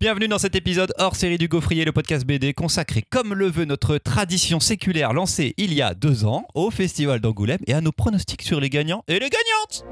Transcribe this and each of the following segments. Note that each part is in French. Bienvenue dans cet épisode hors série du Gaufrier, le podcast BD consacré, comme le veut notre tradition séculaire lancée il y a deux ans, au Festival d'Angoulême et à nos pronostics sur les gagnants et les gagnantes.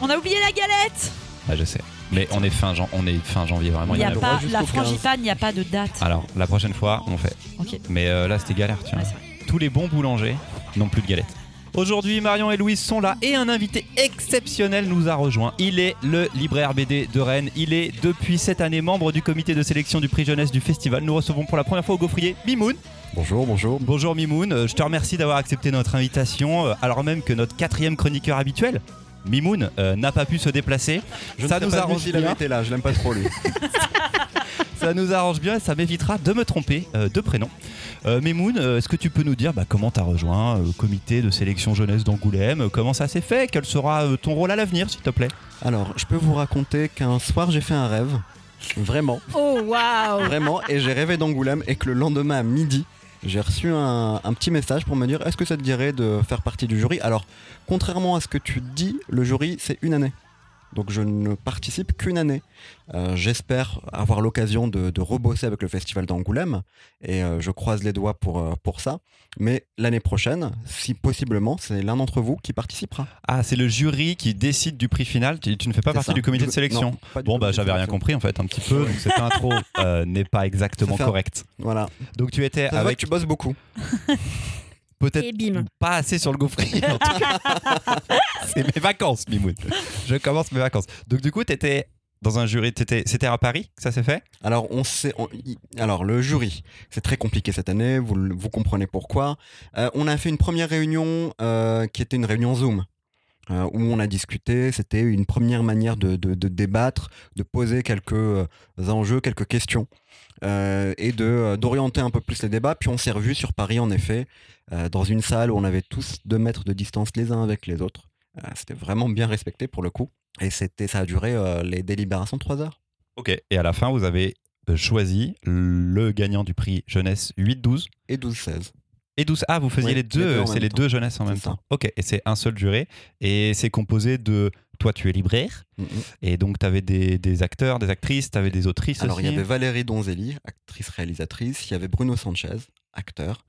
On a oublié la galette Ah, je sais. Mais on est fin, jan- on est fin janvier, vraiment. Il n'y y a en a- pas, jusqu'au la 15. frangipane, il n'y a pas de date. Alors, la prochaine fois, on fait. Ok. Mais euh, là, c'était galère, tu vois. Ouais, c'est vrai. Tous les bons boulangers n'ont plus de galettes. Aujourd'hui, Marion et Louise sont là et un invité exceptionnel nous a rejoint. Il est le libraire BD de Rennes. Il est depuis cette année membre du comité de sélection du prix jeunesse du festival. Nous recevons pour la première fois au gaufrier Mimoun. Bonjour, bonjour. Bonjour Mimoun, Euh, je te remercie d'avoir accepté notre invitation euh, alors même que notre quatrième chroniqueur habituel, Mimoun, euh, n'a pas pu se déplacer. Je Ça ne sais nous pas arrange s'il avait bien. été là, je l'aime pas trop lui. Ça nous arrange bien et ça m'évitera de me tromper euh, de prénom. Euh, Mimoun, euh, est-ce que tu peux nous dire bah, comment t'as rejoint euh, le comité de sélection jeunesse d'Angoulême euh, Comment ça s'est fait Quel sera euh, ton rôle à l'avenir, s'il te plaît Alors, je peux vous raconter qu'un soir j'ai fait un rêve. Vraiment, Oh waouh vraiment, et j'ai rêvé d'Angoulême et que le lendemain à midi, j'ai reçu un, un petit message pour me dire est-ce que ça te dirait de faire partie du jury Alors, contrairement à ce que tu dis, le jury c'est une année. Donc je ne participe qu'une année. Euh, J'espère avoir l'occasion de, de rebosser avec le festival d'Angoulême et euh, je croise les doigts pour, euh, pour ça. Mais l'année prochaine, si possiblement, c'est l'un d'entre vous qui participera. Ah, c'est le jury qui décide du prix final. Tu, tu ne fais pas C'est partie ça. du comité Du- de sélection. non, pas du bon, bah comité de j'avais rien sélection. compris en fait, un petit peu. Donc cette intro euh, n'est pas exactement C'est ça. correcte. Voilà. Donc tu étais Ça se voit avec que tu bosses beaucoup. peut-être Et bim. pas assez sur le gaufrier en tout cas. C'est mes vacances, Mimoun. Je commence mes vacances. Donc du coup, t'étais dans un jury. t'étais- C'était à Paris que ça s'est fait Alors, on sait, on- y- alors le jury, c'est très compliqué cette année, vous, le- vous comprenez pourquoi. Euh, on a fait une première réunion euh, qui était une réunion Zoom, euh, où on a discuté, c'était une première manière de, de- de débattre, de poser quelques euh, enjeux, quelques questions, euh, et de, euh, d'orienter un peu plus les débats. Puis on s'est revus sur Paris, en effet, euh, dans une salle où on avait tous deux mètres de distance les uns avec les autres. Euh, c'était vraiment bien respecté pour le coup. Et c'était, ça a duré euh, les délibérations de trois heures. Ok. Et à la fin, vous avez euh, choisi le gagnant du prix jeunesse 8-12 Et 12-16. et 12. Ah, vous faisiez Ouais, les les deux deux. en C'est même les temps. deux jeunesses en C'est même ça. temps. Ok. Et c'est un seul jury. Et c'est composé de toi, tu es libraire. Mhm. Et donc, tu avais des, des acteurs, des actrices, tu avais des autrices Alors, il y aussi. avait Valérie Donzelli, actrice réalisatrice. Il y avait Bruno Sanchez, acteur.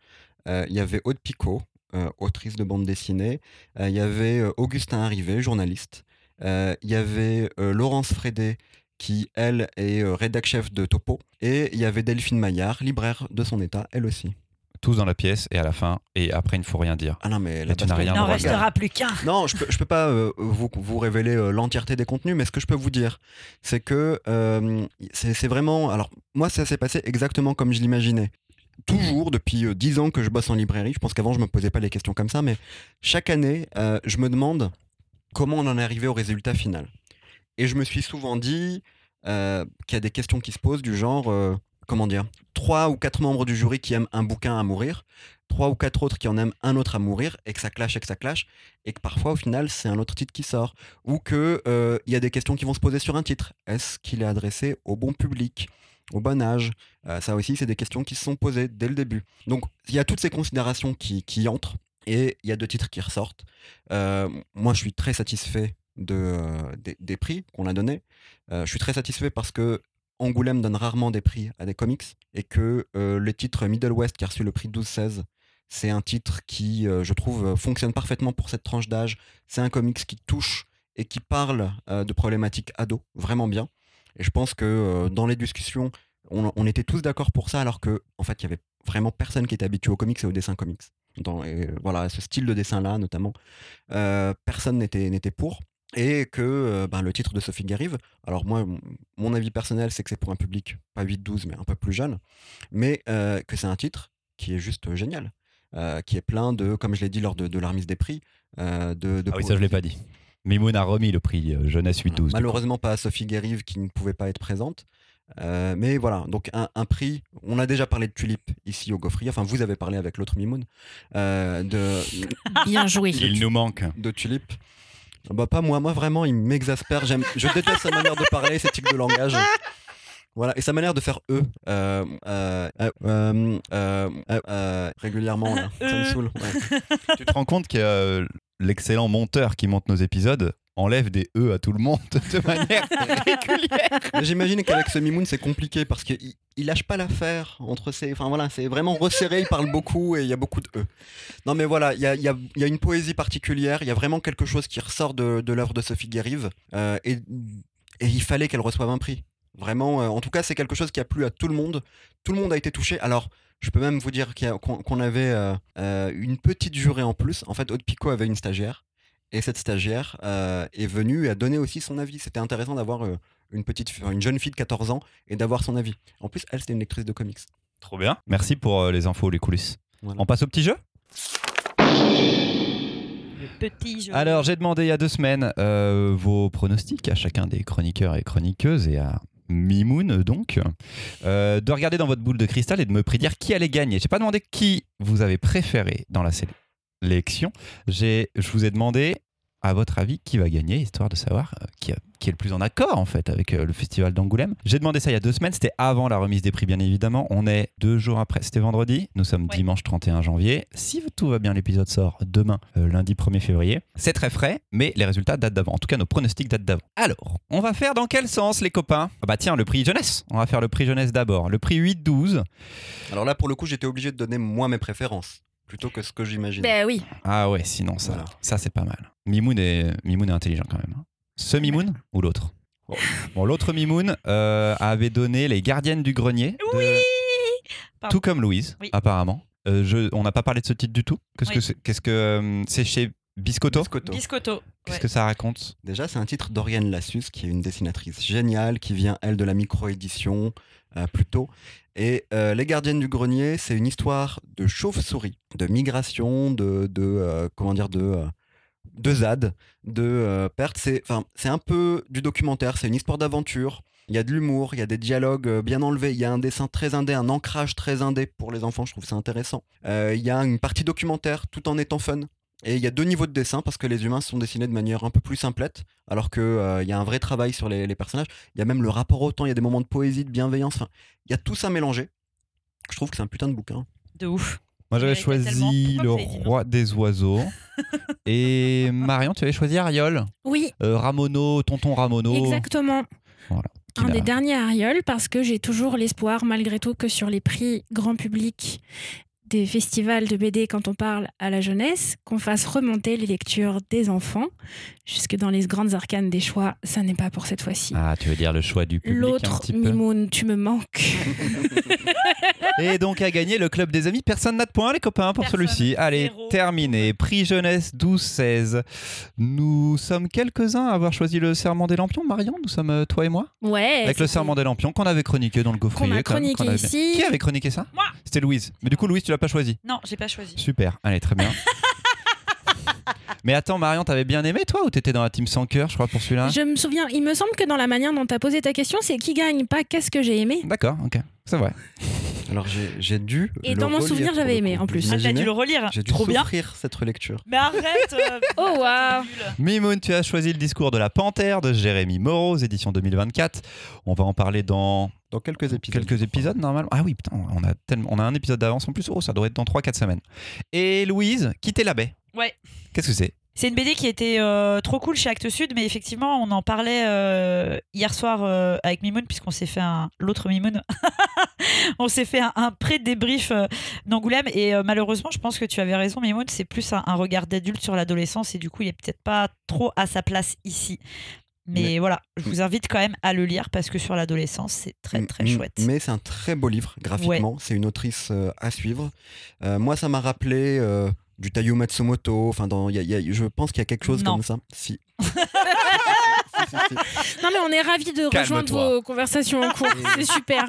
Euh, il y avait Aude Picot, euh, autrice de bande dessinée. Euh, il y avait euh, Augustin Arrivé, journaliste. Euh, il y avait euh, Laurence Frédé, qui, elle, est euh, rédac chef de Topo. Et il y avait Delphine Maillard, libraire de son état, elle aussi. Tous dans la pièce. Et à la fin, et après, il ne faut rien dire. Ah non, mais Mais tu n'as baston- rien Il n'en droit de restera plus qu'un. Non, je peux, je peux pas euh, vous, vous révéler euh, l'entièreté des contenus, mais ce que je peux vous dire, c'est que euh, c'est c'est vraiment. Alors, moi, ça s'est passé exactement comme je l'imaginais. Toujours, depuis euh, 10 ans que je bosse en librairie, je pense qu'avant, je me posais pas les questions comme ça, mais chaque année, euh, je me demande comment on en est arrivé au résultat final. Et je me suis souvent dit euh, qu'il y a des questions qui se posent du genre. euh, Comment dire Trois ou quatre membres du jury qui aiment un bouquin à mourir, trois ou quatre autres qui en aiment un autre à mourir, et que ça clash, et que ça clash et que parfois au final c'est un autre titre qui sort ou que euh, il y a des questions qui vont se poser sur un titre est-ce qu'il est adressé au bon public au bon âge Euh, ça aussi c'est des questions qui se sont posées dès le début donc il y a toutes ces considérations qui, qui entrent et il y a deux titres qui ressortent Euh, moi je suis très satisfait de, euh, des, des prix qu'on a donnés Euh, je suis très satisfait parce que Angoulême donne rarement des prix à des comics et que euh, le titre Middle West qui a reçu le prix 12-16 c'est un titre qui, euh, je trouve, euh, fonctionne parfaitement pour cette tranche d'âge. C'est un comics qui touche et qui parle euh, de problématiques ados, vraiment bien. Et je pense que euh, dans les discussions, on, on était tous d'accord pour ça, alors que en fait, il y avait vraiment personne qui était habitué aux comics et aux dessins comics. Dans, et, euh, voilà, ce style de dessin-là, notamment, euh, personne n'était n'était pour. Et que euh, ben, le titre de Sophie Garive, alors moi, m- mon avis personnel, c'est que c'est pour un public, pas 8-12, mais un peu plus jeune, mais euh, que c'est un titre qui est juste euh, génial euh, qui est plein de, comme je l'ai dit lors de, de l'armice des prix, euh, de, de Ah oui, ça, je l'ai pas dit. Mimoun a remis le prix euh, jeunesse 8-12. du coup. Malheureusement, pas à Sophie Guérive qui ne pouvait pas être présente. Euh, mais voilà, donc un, un prix. On a déjà parlé de Tulipe ici au Gaufrier. Enfin, vous avez parlé avec l'autre Mimoun euh, de, Bien joué. Il nous manque. de Tulipe. Ah Bah, pas moi, moi vraiment, il m'exaspère. J'aime, je déteste sa manière de parler, ses tics de langage. Voilà, et sa manière de faire E euh, euh, euh, euh, euh, euh, euh, régulièrement, là. ça me Euh. saoule. ouais. tu te rends compte que euh, l'excellent monteur qui monte nos épisodes enlève des E à tout le monde de manière régulière. Mais J'imagine qu'avec ce Mimoun, c'est compliqué parce qu'il il lâche pas l'affaire entre ses. Enfin voilà, c'est vraiment resserré, il parle beaucoup et il y a beaucoup de E. Non mais voilà, il y a, il y a- il y a une poésie particulière, il y a vraiment quelque chose qui ressort de, de l'œuvre de Sophie Guérive euh, et, et il fallait qu'elle reçoive un prix. Vraiment, euh, en tout cas, c'est quelque chose qui a plu à tout le monde. Tout le monde a été touché. Alors, je peux même vous dire qu'il y a- qu'on qu'on avait euh, euh, une petite jurée en plus. En fait, Aude Picot avait une stagiaire. Et cette stagiaire euh, est venue et a donné aussi son avis. C'était intéressant d'avoir euh, une, petite, enfin, une jeune fille de 14 ans et d'avoir son avis. En plus, elle, c'était une lectrice de comics. Trop bien. Merci pour euh, les infos, les coulisses. Voilà. On passe au petit jeu Petit jeu. Alors, j'ai demandé il y a deux semaines euh, vos pronostics à chacun des chroniqueurs et chroniqueuses et à Mimoun, donc, euh, de regarder dans votre boule de cristal et de me prédire qui allait gagner. J'ai pas demandé qui vous avez préféré dans la sélection. J'ai, je vous ai demandé, à votre avis, qui va gagner, histoire de savoir euh, qui, a- qui est le plus en accord, en fait, avec euh, le festival d'Angoulême. J'ai demandé ça il y a deux semaines. C'était avant la remise des prix, bien évidemment. On est deux jours après. C'était vendredi. Nous sommes Ouais. dimanche 31 janvier. Si tout va bien, l'épisode sort demain, euh, lundi 1er février. C'est très frais, mais les résultats datent d'avant. En tout cas, nos pronostics datent d'avant. Alors, on va faire dans quel sens, les copains Ah Bah tiens, le prix jeunesse. On va faire le prix jeunesse d'abord. Le prix 8-12. Alors là, pour le coup, j'étais obligé de donner moi mes préférences plutôt que ce que j'imagine. Ben oui. Ah ouais, sinon ça, Voilà. ça c'est pas mal. Mimoun est, Mimoun est intelligent quand même. hein. Ce Mimoun ou l'autre Bon. Bon, l'autre Mimoun euh, avait donné les gardiennes du grenier. de- Pardon. Tout comme Louise, Oui. apparemment. Euh, je, on n'a pas parlé de ce titre du tout. Qu'est-ce que Oui. c'est Qu'est-ce que euh, c'est chez Biscotto Biscotto. Biscotto. Qu'est-ce Ouais. que ça raconte Déjà, c'est un titre d'Oriane Lassus, qui est une dessinatrice géniale, qui vient, elle, de la micro-édition, euh, plutôt. Et euh, Les Gardiennes du Grenier, c'est une histoire de chauve-souris, de migration, de, de euh, comment dire, de, euh, de ZAD, de euh, perte. C'est enfin, c'est un peu du documentaire, c'est une histoire d'aventure. Il y a de l'humour, il y a des dialogues euh, bien enlevés, il y a un dessin très indé, un ancrage très indé pour les enfants, je trouve ça intéressant. Euh, il y a une partie documentaire tout en étant fun. Et il y a deux niveaux de dessin parce que les humains sont dessinés de manière un peu plus simplette, alors qu'il y a un vrai travail sur les, les personnages. Il y a même le rapport au temps, il y a des moments de poésie, de bienveillance. Enfin, il y a tout ça mélangé. Je trouve que c'est un putain de bouquin. De ouf. Moi j'avais Mais t'as tellement- choisi Pourquoi le vous avez dit non roi des oiseaux. Et Marion, tu avais choisi Ariol. Oui, Euh, Ramono, tonton Ramono. exactement. qu'il Un a- des derniers Ariol, parce que j'ai toujours l'espoir, malgré tout, que sur les prix grand public des festivals de BD, quand on parle à la jeunesse, qu'on fasse remonter les lectures des enfants, jusque dans les grandes arcanes des choix. Ça n'est pas pour cette fois-ci. Ah, tu veux dire le choix du public un L'autre, petit peu. Mimoun, tu me manques. Et donc à gagner le club des amis, personne n'a de points les copains pour Personne. celui-ci. Allez, Zéro. terminé. Prix jeunesse 12-16. Nous sommes quelques-uns à avoir choisi le serment des lampions, Marion. Nous sommes euh, toi et moi. Ouais. Avec le c'était- serment des lampions qu'on avait chroniqué dans le gaufrier. Qu'on a quand même, chroniqué avait bien- ici. Qui avait chroniqué ça Moi. C'était Louise. Mais du coup, Louise, tu l'as pas choisi. Non, j'ai pas choisi. Super. Allez, très bien. Mais attends, Marion, t'avais bien aimé toi ou t'étais dans la team sans cœur, je crois, pour celui-là Je me souviens, il me semble que dans la manière dont tu as posé ta question, c'est qui gagne, pas qu'est-ce que j'ai aimé. D'accord, ok. C'est vrai. Alors j'ai j'ai dû. Et le dans mon relire souvenir, pour j'avais le aimé, coup. en plus. Vous Ah, t'as dû imaginez le relire. J'ai dû Trop bien. souffrir cette relecture. Mais arrête. euh, Oh, waouh. t'es nulle. Mimoun, tu as choisi le discours de la Panthère de Jérémy Moreau, aux éditions 2024. On va en parler dans Dans quelques épisodes. quelques épisodes normalement. Ah oui, putain, on a, tellement, on a un épisode d'avance en plus. Oh, ça doit être dans 3-4 semaines. Et Louise, quitter la baie. Ouais. Qu'est-ce que c'est C'est une BD qui était euh, trop cool chez Actes Sud, mais effectivement, on en parlait euh, hier soir euh, avec Mimoun, puisqu'on s'est fait un. L'autre Mimoun. on s'est fait un, un pré-débrief euh, d'Angoulême. Et euh, malheureusement, je pense que tu avais raison, Mimoun, c'est plus un, un regard d'adulte sur l'adolescence, et du coup, il est peut-être pas trop à sa place ici. Mais, Mais- voilà, je vous invite quand même à le lire, parce que sur l'adolescence, c'est très, très Mm, mm, chouette. Mais c'est un très beau livre graphiquement. C'est une autrice euh, à suivre. Euh, moi, ça m'a rappelé euh, du Taio Matsumoto. Enfin, dans, il y a- il y a- je pense qu'il y a quelque chose Non. comme ça. Si. Si, si, si. Non mais on est ravis de rejoindre Calme-toi. vos conversations en cours, c'est super.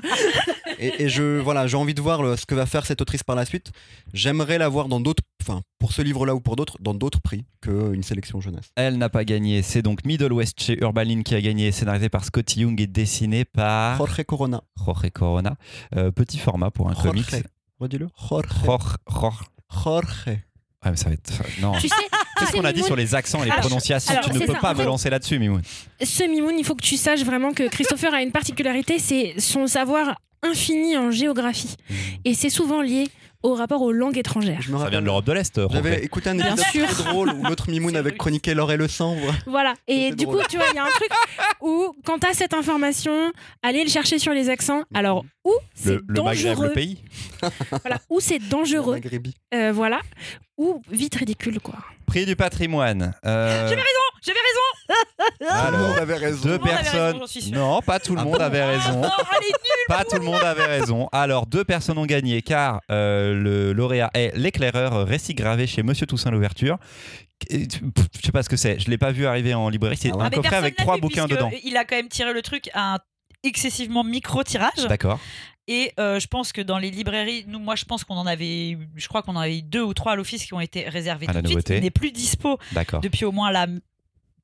Et, et je voilà, j'ai envie de voir le- ce que va faire cette autrice par la suite. J'aimerais la voir dans d'autres, enfin, pour ce livre-là ou pour d'autres, dans d'autres prix qu'une sélection jeunesse. Elle n'a pas gagné. C'est donc Middle West chez Urbaline qui a gagné, scénarisé par Scotty Young et dessiné par Jorge Corona. Jorge Corona. Euh, petit format pour un Jorge. comics. Redis-le. Jorge. Jorge. Jorge. Jorge. Ouais, mais ça va être. Non. tu sais, Qu'est-ce qu'on a dit sur les accents et les Alors, prononciations alors, Tu ne c'est peux ça, pas en me fait. lancer là-dessus, Mimoun. Ce Mimoun, il faut que tu saches vraiment que Christopher a une particularité, c'est son savoir infini en géographie. Et c'est souvent lié au rapport aux langues étrangères. Je me Ça vient rappelle. de l'Eupe de l'Est. Roger. J'avais écouté un épisode sûr. très drôle où l'autre Mimoun avait chroniqué l'or et le sang. Voilà. Et C'était du drôle. coup, tu vois, il y a un truc où, quand t'as cette information, allez le chercher sur les accents. Alors, ou c'est Le, le Maghreb, le dangereux, pays. voilà, ou c'est dangereux, Maghrébi. euh, voilà, ou vite ridicule, quoi. Prix du patrimoine. Euh, J'avais raison. Tout le alors, monde avait raison. deux monde avait personnes. raison, j'en suis sûre. non, pas tout le Ah monde avait raison. Oh, allez, Pas tout le monde avait raison. Alors, deux personnes ont gagné car euh, le lauréat est l'éclaireur euh, récit gravé chez Monsieur Toussaint l'ouverture. Et, pff, Je sais pas ce que c'est, je l'ai pas vu arriver en librairie. C'est Ah ouais. un Ah, mais coffret personne avec l'a trois vu, bouquins puisque dedans. Il a quand même tiré le truc à un excessivement micro tirage D'accord. et euh, je pense que dans les librairies nous moi je pense qu'on en avait eu- je crois qu'on en avait eu deux ou trois à l'office qui ont été réservés À tout la de suite nouveauté. Ah. il n'est plus dispo D'accord. depuis au moins la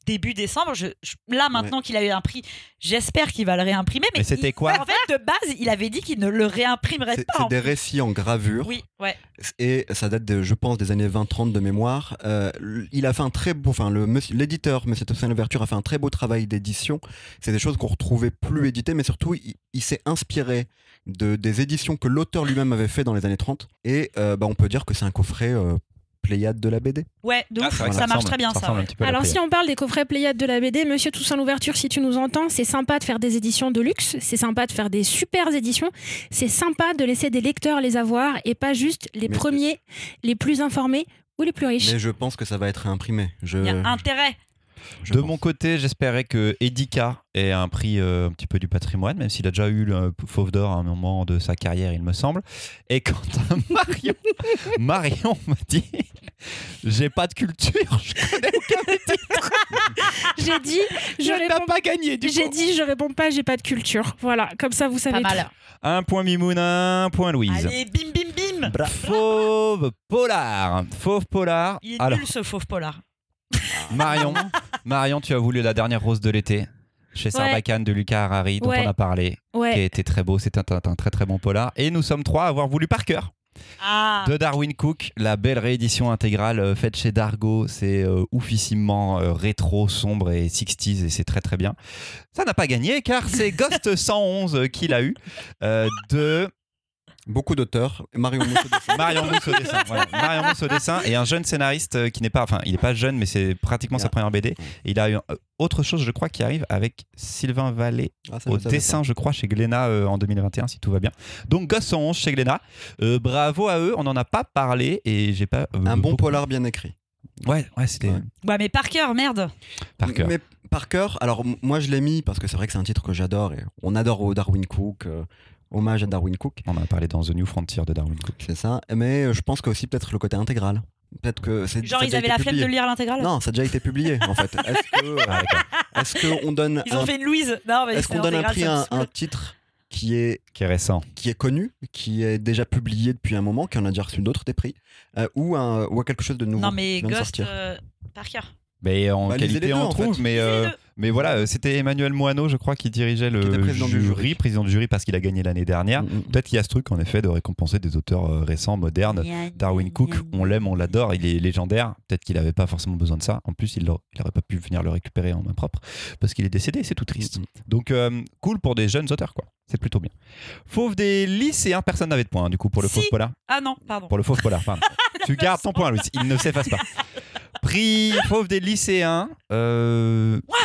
début décembre Je- je- là maintenant qu'il a eu un prix j'espère qu'il va le réimprimer mais, Mais c'était il- quoi en fait de base il avait dit qu'il ne le réimprimerait C'est pas c'est en des plus. récits en gravure. oui ouais et ça date, de, je pense, des années 20-30 de mémoire. Euh, il a fait un très beau, enfin, le monsieur- l'éditeur, Monsieur Toussaint Louverture, a fait un très beau travail d'édition. C'est des choses qu'on retrouvait plus éditées, mais surtout, il, il s'est inspiré de, des éditions que l'auteur lui-même avait fait dans les années 30. Et euh, bah, on peut dire que c'est un coffret euh, Pléiade de la BD. ouais de Ah, ouf, c'est vrai que ça, marche ressemble- très bien ça, ressemble ouais. un petit peu à la Alors Pléiade. si on parle des coffrets Pléiades de la BD, Monsieur Toussaint l'ouverture, si tu nous entends, c'est sympa de faire des éditions de luxe, c'est sympa de faire des super éditions, c'est sympa de laisser des lecteurs les avoir et pas juste les Mais- premiers, les plus informés ou les plus riches. Mais je pense que ça va être imprimé. Je, il y a intérêt je de pense. mon côté, j'espérais que Edika ait un prix euh, un petit peu du patrimoine, même s'il a déjà eu le euh, Fauve d'Or à un moment de sa carrière, il me semble. Et quant à Marion, Marion m'a dit J'ai pas de culture, je J'ai dit, je n'ai réponds. pas gagné du J'ai coup. dit, je réponds pas, j'ai pas de culture. Voilà, comme ça vous savez. pas tout. mal Un point Mimoun, un point Louise. allez bim bim bim Fauve polar. Fauve polar. il est Alors, nul ce fauve polar Marion, Marion, tu as voulu la dernière rose de l'été chez Sarbacane de Lucas Harari, dont Ouais. on a parlé, qui Ouais. a été très beau. C'est un, un- un très très bon polar. Et nous sommes trois à avoir voulu par cœur. ah de Darwin Cook, la belle réédition intégrale euh, faite chez Dargo. C'est euh, oufissimement euh, rétro, sombre et 60s et c'est très très bien. Ça n'a pas gagné car c'est Ghost 111 euh, qui l'a eu euh, de Beaucoup d'auteurs. Marion Mousseau de Saint- Marion Mousse au dessin. voilà. Marion Mousse au dessin et un jeune scénariste euh, qui n'est pas, enfin il n'est pas jeune mais c'est pratiquement sa première BD. Et il a eu euh, autre chose je crois qui arrive avec Sylvain Vallée Ah, ça, au je savais dessin, je crois, chez Glénat euh, en 2021, si tout va bien. Donc, Gosse 111 chez Glénat. Euh, bravo à eux, on n'en a pas parlé et j'ai pas. euh, pas. Un bon beaucoup- polar bien écrit. Ouais, ouais, c'était Ouais. ouais mais par cœur merde par cœur. Mais par cœur, alors m- moi je l'ai mis parce que c'est vrai que c'est un titre que j'adore et on adore au Darwin Cook, euh, hommage à Darwin Cook, On en a parlé dans The New Frontier de Darwin Cook. c'est ça. Mais euh, je pense que aussi peut-être le côté intégral. Peut-être que c'est genre ça a ils déjà avaient été la flemme de publié. lire l'intégrale Non, ça a déjà été publié en fait. Est-ce que, Ah, euh, est-ce que on donne Ils ont un, fait une Louise. Non, mais est-ce c'est qu'on donne un intégral, prix ça me à un, saoule. un titre qui est Qui est récent. qui est connu, qui est déjà publié depuis un moment, qui en a déjà reçu d'autres des prix, euh, ou un ou à quelque chose de nouveau Non, mais qui vient de Ghost, sortir. euh, par cœur. Mais en Bah, lisez qualité, les deux, on en fait. trouve. Mais, euh, Lisez les deux. mais voilà, euh, c'était Emmanuel Moineau, je crois, qui dirigeait le Qui était président jury, du jury. président du jury parce qu'il a gagné l'année dernière. Mm, mm. Peut-être qu'il y a ce truc, en effet, de récompenser des auteurs euh, récents, modernes. Darwin Cook, on l'aime, on l'adore, il est légendaire. Peut-être qu'il n'avait pas forcément besoin de ça. En plus, il n'aurait pas pu venir le récupérer en main propre parce qu'il est décédé, c'est tout triste. Donc, euh, cool pour des jeunes auteurs, quoi. C'est plutôt bien. Fauve des lycéens, personne n'avait de point, hein, du coup, pour le Si. fauve polar. Ah non, pardon. Pour le fauve polar, pardon. tu gardes ton point, Louis. Il ne s'efface pas. Prix fauve des lycéens. euh, Moi,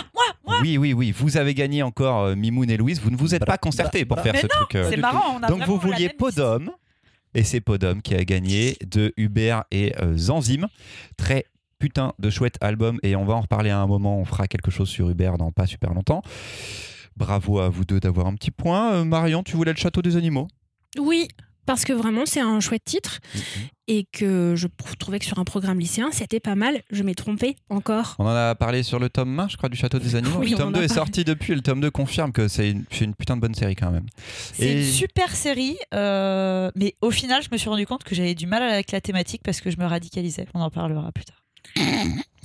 moi oui, oui, oui. Vous avez gagné encore euh, Mimoun et Louise. Vous ne vous êtes pas concertés pour faire Mais ce truc. euh, C'est du marrant, on a tout. Donc vraiment vous la vouliez même Podom. Et c'est Podom qui a gagné de Hubert et euh, Zanzim. Très putain de chouette album. Et on va en reparler à un moment. On fera quelque chose sur Hubert dans pas super longtemps. Bravo à vous deux d'avoir un petit point. Euh, Marion, tu voulais le château des animaux Oui, parce que vraiment c'est un chouette titre Mm-hmm. et que je pr- trouvais que sur un programme lycéen c'était pas mal. Je m'ai trompée encore. On en a parlé sur le tome 1, je crois, du Château des Animaux. Oui, le on tome en 2 a est parlé. sorti depuis. et Le tome 2 confirme que c'est une, c'est une putain de bonne série quand même. C'est Et- une super série, euh, mais au final, je me suis rendu compte que j'avais du mal avec la thématique parce que je me radicalisais. On en parlera plus tard.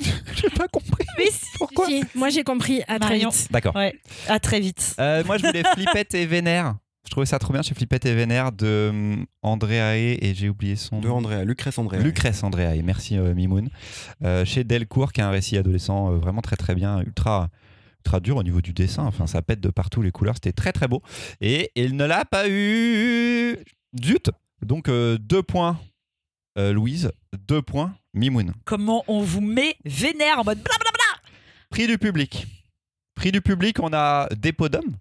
J'ai pas compris. Mais si Pourquoi Si, Moi j'ai compris à très Marion. vite. D'accord. Ouais, à très vite. Euh, moi, je voulais Flippette et Vénère Je trouvais ça trop bien chez Flippette et Vénère de hum, Andréae et j'ai oublié son De Andrea, Lucrèce Andrea. Lucrèce Andréae, merci euh, Mimoun. Euh, chez Delcourt, qui a un récit adolescent euh, vraiment très très bien, ultra, ultra dur au niveau du dessin. Enfin, ça pète de partout les couleurs, c'était très très beau. Et il ne l'a pas eu. Zut Donc, euh, deux points, euh, Louise, deux points, Mimoun. Comment on vous met vénère en mode blablabla Prix du public. Prix du public, on a dépôt d'hommes.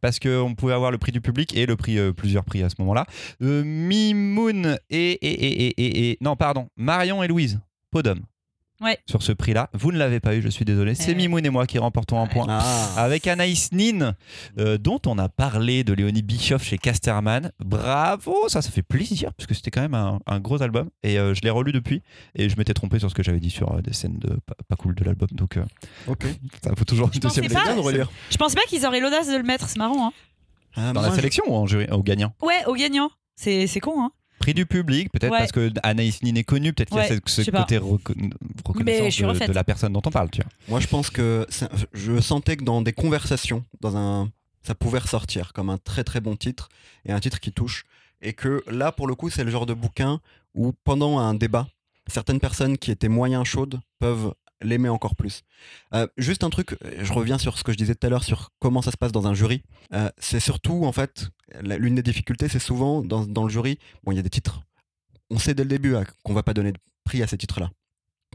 Parce qu'on pouvait avoir le prix du public et le prix, euh, plusieurs prix à ce moment-là. Euh, Mimoun et, et, et, et, et, et- Non, pardon. Marion et Louise, Podum. Ouais. Sur ce prix-là. Vous ne l'avez pas eu, je suis désolé. C'est Eh oui. Mimoun et moi qui remportons un point. Ah. Avec Anaïs Nin, euh, dont on a parlé de Léonie Bischoff chez Casterman. Bravo, ça, ça fait plaisir, parce que c'était quand même un, un gros album. Et euh, je l'ai relu depuis. Et je m'étais trompé sur ce que j'avais dit sur euh, des scènes de pas, pas cool de l'album. Donc, euh, Ok. ça faut toujours une Je pensais deuxième pas. lecture. bien de relire. Je pensais pas qu'ils auraient l'audace de le mettre, c'est marrant. Hein. Ah, Dans moi, la sélection ou en jury, au gagnant Ouais, au gagnant. C'est c'est con, hein. Prix du public, peut-être Ouais. parce que Anaïs Nin est connue, peut-être qu'il y a Ouais, ce- ce, je sais pas. côté reco- Mais je reconnaissance suis de, refaite. de la personne dont on parle, tu vois. Moi, je pense que ça- je sentais que dans des conversations, dans un, ça pouvait ressortir comme un très très bon titre et un titre qui touche. Et que là, pour le coup, c'est le genre de bouquin où pendant un débat, certaines personnes qui étaient moyen chaudes peuvent l'aimer encore plus. Euh, juste un truc, je reviens sur ce que je disais tout à l'heure sur comment ça se passe dans un jury. Euh, c'est surtout, en fait, la- l'une des difficultés, c'est souvent dans, dans le jury, bon, il y a des titres. On sait dès le début hein, qu'on va pas donner de prix à ces titres-là.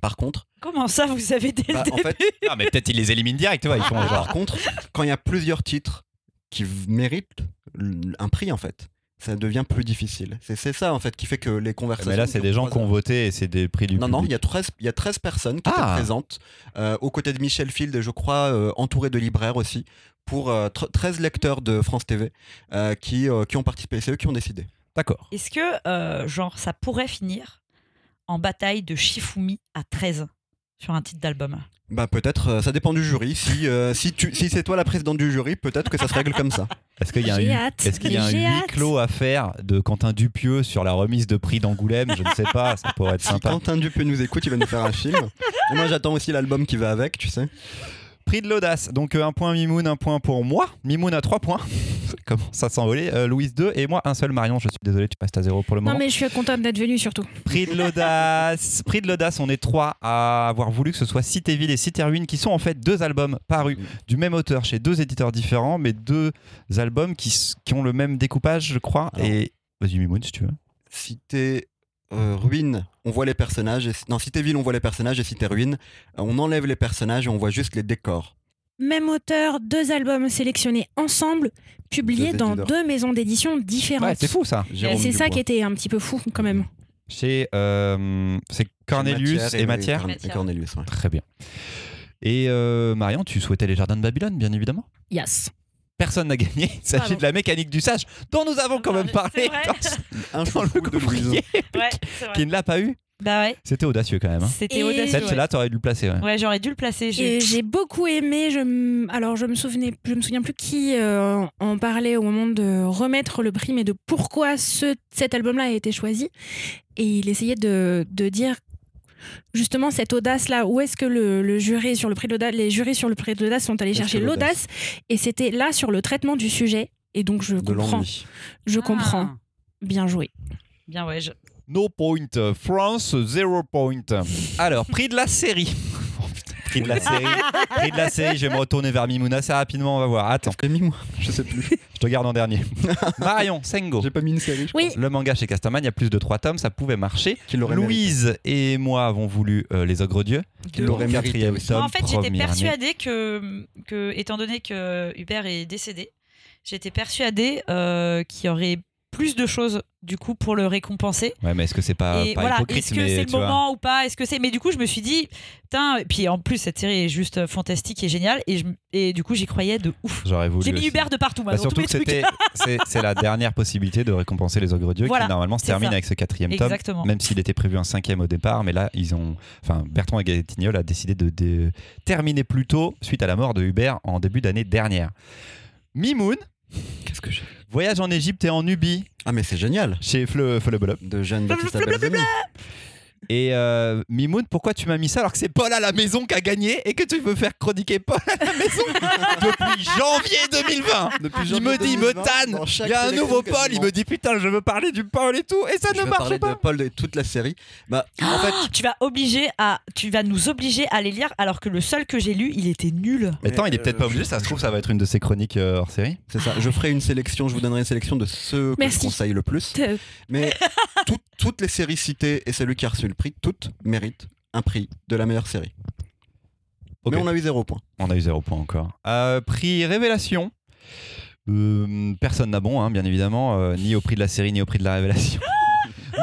Par contre, Comment ça, vous avez dès bah, le en début fait, Ah, mais peut-être ils les éliminent direct, tu vois. Ils font mais genre. Par contre, quand il y a plusieurs titres qui v- méritent l- un prix, en fait, ça devient plus difficile. C'est c'est ça, en fait, qui fait que les conversations. Ah, Mais là, c'est des gens qui ont voté et c'est des prix du Non, non, il public. y, a 13, il y a 13 personnes qui Ah. étaient présentes, euh, aux côtés de Michel Field, et je crois, euh, entouré de libraires aussi, pour euh, tre- 13 lecteurs de France TV euh, qui, euh, qui ont participé. C'est eux qui ont décidé. D'accord. Est-ce que, euh, genre, ça pourrait finir en bataille de Shifumi à 13 sur un titre d'album Bah peut-être, euh, ça dépend du jury. Si, euh, si, tu- si c'est toi la présidente du jury, peut-être que ça se règle comme ça. Est-ce qu'il y a un, J'ai hu- hâte. est-ce qu'il y a un J'ai huis hâte. clos à faire de Quentin Dupieux sur la remise de prix d'Angoulême Je ne sais pas, ça pourrait être Si sympa. Quentin Dupieux nous écoute, il va nous faire un film. Et moi j'attends aussi l'album qui va avec, tu sais. Prix de l'audace. Donc euh, un point Mimoun, un point pour moi. Mimoun à 3 points. Ça commence à s'envoler. Euh, Louise 2 et moi un seul. Marion, je suis désolé, tu passes à 0 pour le moment. Non, mais je suis contente d'être venue surtout. Prix de l'audace. Prix de l'audace, on est trois à avoir voulu que ce soit Cité Ville et Cité Ruine, qui sont en fait deux albums parus du même auteur chez deux éditeurs différents, mais deux albums qui, s- qui ont le même découpage, je crois. Alors. Et vas-y Mimoun, si tu veux. Cité euh, ruine, on voit les personnages. Et... Non, cité ville, on voit les personnages. Et cité ruine, euh, on enlève les personnages et on voit juste les décors. Même auteur, deux albums sélectionnés ensemble, publiés Deux dans éditeurs. deux maisons d'édition différentes. Ouais, c'est fou ça. Et Jérôme c'est ça Dubois. qui était un petit peu fou quand même. Chez euh, c'est Cornelius Matière et Matière. Corn- et Cornelius, ouais. Très bien. Et euh, Marion, tu souhaitais les Jardins de Babylone, bien évidemment. Yes. Personne n'a gagné. Il s'agit Pardon. de la mécanique du sage, dont nous avons quand même C'est parlé vrai. dans, Un dans chouchou le de Louise. couvrier, Ouais, c'est vrai. qui ne l'a pas eu. Bah ouais, C'était audacieux quand même. hein. c'était Et- audacieux. Celle-là, t'aurais dû le placer. ouais. Ouais, Ouais, j'aurais dû le placer. j'ai- Et j'ai beaucoup aimé. Je m- alors je me souvenais, je me souviens plus qui euh, en parlait au moment de remettre le prix, mais de pourquoi ce, cet album-là a été choisi. Et il essayait de, de dire justement cette audace-là. Où est-ce que le, le jury sur le prix de l'audace, les jurés sur le prix de l'audace sont allés Est-ce chercher que l'audace l'audace Et c'était là sur le traitement du sujet. Et donc je De comprends. l'ennui. Je Ah. comprends. Bien joué. Bien, ouais. je- No point. euh, France, zero point. Alors, prix de la série. Oh, putain, prix de la série. Prix de la série. Je vais me retourner vers Mimouna assez rapidement. On va voir. Attends, Est-ce que j'ai mis moi Je sais plus. je te garde en dernier. Marion, Sengo. J'ai pas mis une série. je Oui. pense. Le manga chez Casterman, il y a plus de 3 tomes, ça pouvait marcher. Qui l'aurait mérité. Louise et moi avons voulu euh, Les Ogres Dieux. Qui l'aurait Le mérité quatrième aussi. tome. en fait, j'étais première année. persuadée que, que, étant donné que Hubert est décédé, j'étais persuadée euh, qu'il y aurait plus de choses du coup pour le récompenser. Ouais, mais est-ce que c'est pas, et Ah, pas voilà, hypocrite est-ce que mais, c'est tu le vois. moment ou pas Est-ce que c'est Mais du coup, je me suis dit, putain. Et puis en plus, cette série est juste fantastique et géniale. Et, je- et du coup, j'y croyais de ouf. J'aurais voulu. J'ai mis aussi. Hubert de partout, moi, Bah, dans tous surtout mes que trucs. c'était, c'est, c'est la dernière possibilité de récompenser les ogres dieux Voilà, qui normalement se c'est termine ça. avec ce quatrième tome. Exactement. Même s'il était prévu un cinquième au départ, mais là, ils ont. Enfin, Bertrand et Gatignol a décidé de, dé- terminer plus tôt suite à la mort de Hubert en début d'année dernière. Mimoun, Qu'est-ce que j'ai voyage en Égypte et en Nubie Ah mais c'est génial. chez Fleu Fleubolop. De Jeanne Baptiste Abelzoni. Et euh, Mimoun, pourquoi tu m'as mis ça alors que c'est Paul à la maison qui a gagné et que tu veux faire chroniquer Paul à la maison depuis janvier 2020 Depuis Il me dit, il me tanne. Il y a un nouveau Paul, il me dit putain, je veux parler du Paul et tout, et ça Je ne vais marche parler pas. de Paul de toute la série. Bah, en fait, Tu vas obliger à, tu vas nous obliger à les lire alors que le seul que j'ai lu, il était nul. Mais attends, il est peut-être pas obligé, ça se trouve, ça va être une de ses chroniques euh, hors série. c'est ça. Je ferai une sélection, je vous donnerai une sélection de ceux que Merci. je conseille le plus. Te- Mais tout- toutes les séries citées et celui qui a reçu le prix, toutes méritent un prix de la meilleure série. Ok. Mais on a eu zéro point. On a eu zéro point encore. Euh, prix Révélation. Euh, personne n'a bon, hein, bien évidemment, euh, ni au prix de la série, ni au prix de la révélation.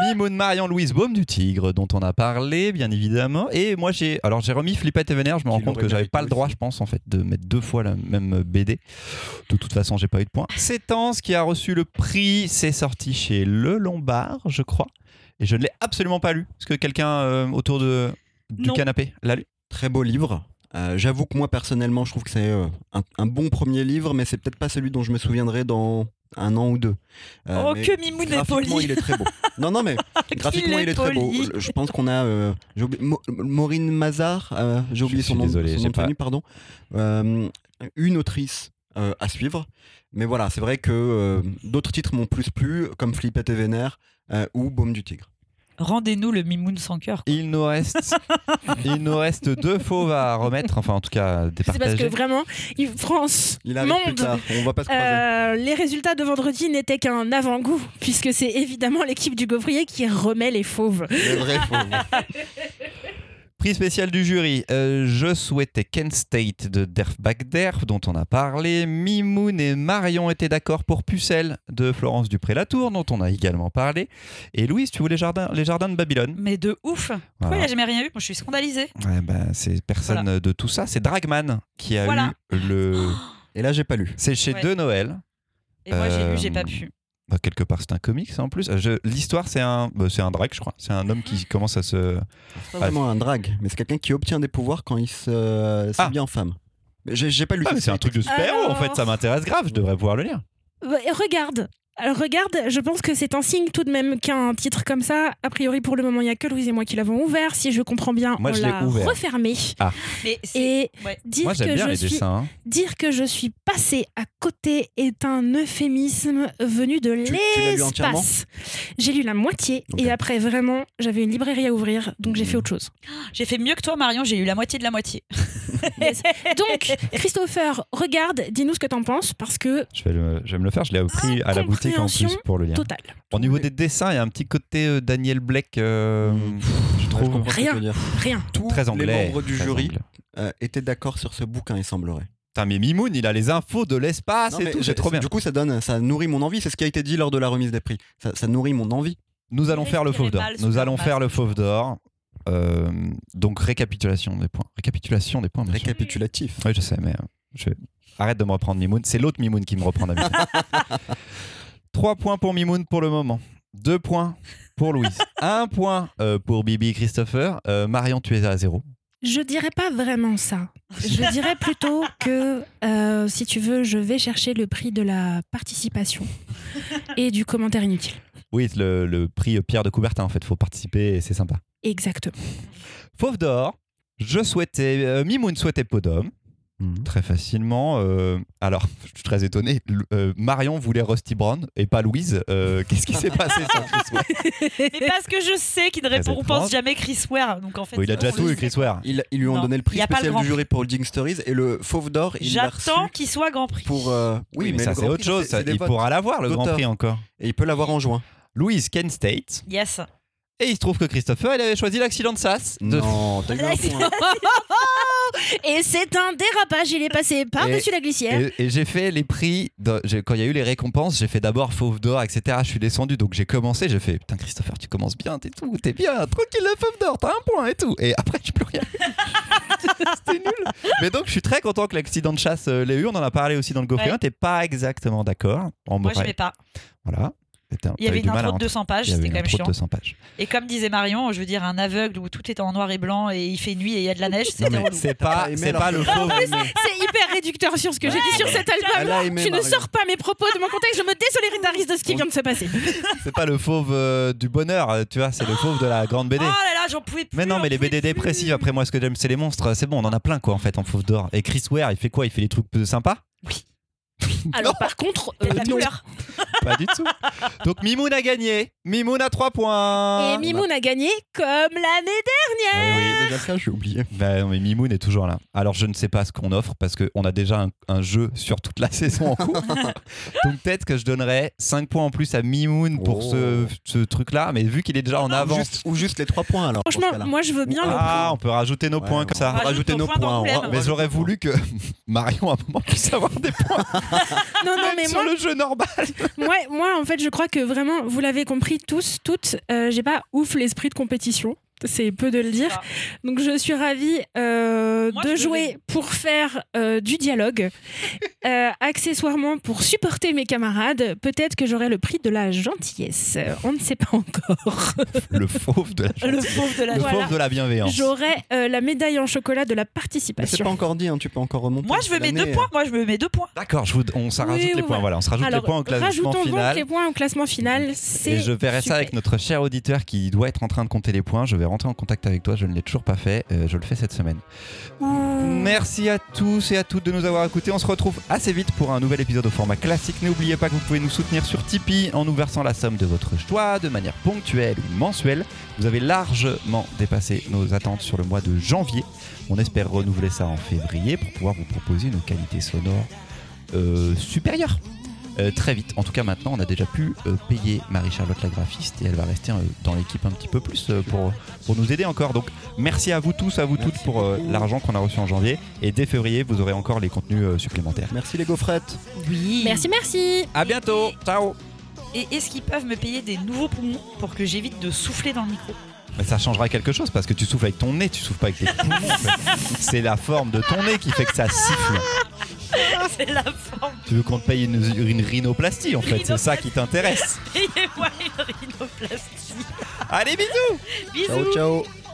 Mimoun Marian Louise Baume du Tigre, dont on a parlé, bien évidemment. Et moi, j'ai alors j'ai remis Flippette et Vénère. Je me rends Qui compte que l'aurait j'avais pas le mérité droit, je pense, en fait, de mettre deux fois la même BD. De toute façon, j'ai pas eu de points. Sétance qui a reçu le prix, c'est sorti chez Le Lombard, je crois. Et je ne l'ai absolument pas lu. Est-ce que quelqu'un euh, autour de, du Non. canapé l'a lu Très beau livre. Euh, J'avoue que moi personnellement, je trouve que c'est euh, un, un bon premier livre, mais c'est peut-être pas celui dont je me souviendrai dans un an ou deux. Euh, oh mais que Mimoun est graphiquement, poli. il est très beau. Non, non, mais graphiquement, il est, très beau. poli. Je pense qu'on a. euh, j'ai oublié- Mo- Maureen Mazar, euh, j'ai oublié suis son nom, désolé, son j'ai nom de pas- famille, pardon. Euh, une autrice euh, à suivre. Mais voilà, c'est vrai que euh, d'autres titres m'ont plus plu, comme Flippette et Vénère euh, ou Baume du Tigre. Rendez-nous le Mimoun sans cœur. Il nous reste, il nous reste deux fauves à remettre, enfin en tout cas à C'est parce que départager. vraiment, il- France, Il arrive plus monde, tard, on va pas se croiser. Euh, les résultats de vendredi n'étaient qu'un avant-goût, puisque c'est évidemment l'équipe du Gauvrier qui remet les fauves. Les vrais faux. Prix spécial du jury. euh, je souhaitais Kent State de Derf Bagderf, dont on a parlé. Mimoun et Marion étaient d'accord pour Pucelle de Florence Dupré-Latour, dont on a également parlé. Et Louise, tu voulais jardin, les jardins de Babylone. Mais de ouf. Pourquoi Voilà. il a jamais rien eu Moi, je suis scandalisée. Ouais, bah, c'est personne de tout ça. C'est Dragman qui a Voilà. eu le. Et là, j'ai pas lu. C'est chez Ouais. De Noël. Et moi, j'ai Euh, lu, j'ai pas pu. Bah, quelque part, c'est un comics en plus. Euh, je- L'histoire, c'est un, bah, c'est un drag, je crois. C'est un homme qui commence à se. C'est pas vraiment un drag, mais c'est quelqu'un qui obtient des pouvoirs quand il se euh, s'habille en femme. Mais J'ai j'ai pas lu. Ah, mais c'est un truc de super-héros en Alors- fait. Ça m'intéresse grave. Je devrais pouvoir le lire. Bah, regarde Alors, Regarde, je pense que c'est un signe tout de même qu'un titre comme ça, a priori pour le moment, il n'y a que Louise et moi qui l'avons ouvert. Si je comprends bien, Moi, on je l'ai l'a ouvert. refermé. Mais c'est- Et ouais. dire, Moi, j'aime que bien je les suis, dessins. hein. dire que je suis passée à côté est un euphémisme venu de tu l'as lu entièrement l'espace. J'ai lu la moitié Ok. et après, vraiment, j'avais une librairie à ouvrir, donc j'ai fait Mm. autre chose. J'ai fait mieux que toi, Marion. J'ai eu la moitié de la moitié. Donc, Christopher, regarde, dis-nous ce que t'en penses, parce que Je, vais le, je vais me le faire. Je l'ai pris à la boutique en plus Incompréhension pour le lire. total. Au niveau des dessins, il y a un petit côté euh, Daniel Blake. euh, Mmh. je trouve comprends ce que tu Rien. veux dire. Rien. Tous très anglais. les membres du très jury anglais. euh, étaient d'accord sur ce bouquin, il semblerait. Putain, mais Mimoun, il a les infos de l'espace Non, et mais tout. j'ai- C'est trop bien. Du coup, ça donne, ça nourrit mon envie. C'est ce qui a été dit lors de la remise des prix. Ça, ça nourrit mon envie. Nous allons faire le Respirez fauve d'or. mal sous Nous la allons masse. faire le fauve d'or. Euh, donc récapitulation des points. Récapitulation des points. bien sûr. Récapitulatif. Oui, je sais, mais euh, je- arrête de me reprendre Mimoun. C'est l'autre Mimoun qui me reprend la musique. Trois points pour Mimoun pour le moment. Deux points pour Louise. Un point euh, pour Bibi et Christopher. Euh, Marion, tu es à zéro. Je dirais pas vraiment ça. Je dirais plutôt que, euh, si tu veux, je vais chercher le prix de la participation et du commentaire inutile. Oui, le, le prix euh, Pierre de Coubertin, en fait. Faut participer et c'est sympa. Exactement. Fauve d'or. Je souhaitais. euh, Mimoun souhaitait Podom. Très facilement. euh, alors, je suis très étonné. L- euh, Marion voulait Rusty Brown et pas Louise. Euh, Qu'est-ce qui s'est Ah, passé sur Chris Ware Mais parce que je sais qu'il ne Très répond, on étrange. pense jamais Chris Ware. Donc en fait, Bon, Il a déjà on tout le eu, Chris sait. Ware. Ils, ils lui ont Non, donné le prix y a pas le spécial grand du jury pour Holding Stories et le Fauve d'Or. il l'a reçu J'attends qu'il soit Grand Prix. Pour, euh, Oui, mais, le ça Grand c'est Prix, autre chose. c'est- ça. c'est des il votes. pourra l'avoir le Grand d'auteur. Prix encore. Et il peut l'avoir en juin. Louise Kent State. Yes. Et il se trouve que Christopher, il avait choisi l'accident de Sass. De... Non, t'as eu un point. Et c'est un dérapage, il est passé par-dessus la glissière. Et, et j'ai fait les prix. de- j'ai- quand il y a eu les récompenses, j'ai fait d'abord Fauve d'Or, etc. Je suis descendu, donc j'ai commencé. J'ai fait Putain, Christopher, tu commences bien, t'es tout, t'es bien, tranquille, le Fauve d'Or, t'as un point et tout. Et après, j'ai plus rien. C'était nul. Mais donc, je suis très content que l'accident de chasse euh, l'ait eu. On en a parlé aussi dans le Gaufrien. Ouais. T'es pas exactement d'accord. En Moi, je vrai. vais pas. Voilà. T'as- Il y t'as eu avait du une mal à intro rentrer. de 200 pages, Il y avait c'était une quand même intro de chiant. 200 pages. Et comme disait Marion, je veux dire, un aveugle où tout est en noir et blanc et il fait nuit et il y a de la neige, Non, c'était mais relou. C'est T'as pas, aimé Ah, c'est alors pas que- le fauve. C'est hyper réducteur sur ce que j'ai dit sur cet Elle a album. aimé, Tu ne Marion. sors pas mes propos de mon contexte, je me désolidarise de ce qui vient de se passer. C'est pas le fauve euh, du bonheur, euh, tu vois, c'est le fauve de la grande Oh Ah, BD. là là, j'en pouvais plus. Mais non, j'en mais les pouvais BD plus. dépressifs, après moi, ce que j'aime, c'est les monstres. C'est bon, on en a plein, quoi, en fait, en fauve d'or. Et Chris Ware, il fait quoi Il fait des trucs plus sympas Alors, par contre, euh, Peut-être la non. couleur. Pas du tout. Donc Mimoun a gagné. Mimoun a 3 points. Et Mimoun a gagné comme l'année Oui, dernière. oui. Déjà ça, j'ai oublié. Bah, non, mais Mimoun est toujours là. Alors je ne sais pas ce qu'on offre parce qu'on a déjà un, un jeu sur toute la saison en cours. Donc peut-être que je donnerais 5 points en plus à Mimoun pour Oh. ce, ce truc-là. Mais vu qu'il est déjà en Ou avance. juste, ou juste les 3 points alors. pour ce Franchement, cas-là. moi je veux bien Ah, on peut rajouter nos Ouais, points ouais. comme ça. On rajoute rajouter nos nos points points, hein. dans le on Ah, bled. Mais j'aurais voulu que Marion à un moment puisse avoir des points le. Non, non, Ah, mais sur moi, le jeu normal. moi, moi, en fait, je crois que vraiment, vous l'avez compris tous, toutes, euh, j'ai pas ouf l'esprit de compétition. C'est peu de le dire. Ah. Donc, je suis ravie euh, Moi, de je jouer vais. pour faire euh, du dialogue, Euh, accessoirement pour supporter mes camarades. Peut-être que j'aurai le prix de la gentillesse. Euh, On ne sait pas encore. Le fauve de la, Le pauvre de la le Voilà. fauve de la bienveillance. J'aurai euh, la médaille en chocolat de la Mais c'est participation. pas encore dit, hein, tu peux encore remonter. Moi, je me mets L'année, hein. deux points. Moi, je me mets deux points. D'accord, je vous- on s'en Oui, rajoute les oui, points. Voilà. voilà. on se rajoute Alors, les points au classement rajoutons final. donc les points au classement final. C'est Et je verrai ça super. avec notre cher auditeur qui doit être en train de compter les points. Je vais rentrer en contact avec toi, je ne l'ai toujours pas fait, Euh, je le fais cette semaine. Merci à tous et à toutes de nous avoir écoutés. On se retrouve assez vite pour un nouvel épisode au format classique. N'oubliez pas que vous pouvez nous soutenir sur Tipeee en nous versant la somme de votre choix de manière ponctuelle ou mensuelle. Vous avez largement dépassé nos attentes sur le mois de janvier. On espère renouveler ça en février pour pouvoir vous proposer une qualité sonore euh, supérieure. Euh, très vite. En tout cas, maintenant, on a déjà pu euh, payer Marie-Charlotte la graphiste et elle va rester euh, dans l'équipe un petit peu plus euh, pour, pour nous aider encore. Donc, merci à vous tous, à vous toutes Merci pour euh, beaucoup. l'argent qu'on a reçu en janvier. Et dès février, vous aurez encore les contenus euh, supplémentaires. Merci les gaufrettes. Oui. Merci, merci. À bientôt! Ciao! Et est-ce qu'ils peuvent me payer des nouveaux poumons pour que j'évite de souffler dans le micro Mais ça changera quelque chose parce que tu souffles avec ton nez, tu souffles pas avec tes poumons. en fait. C'est la forme de ton nez qui fait que ça siffle. C'est la forme. Tu veux qu'on te paye une, une rhinoplastie en fait, c'est ça qui t'intéresse. Payez-moi une rhinoplastie. Allez, bisous! Bisous. Ciao, ciao.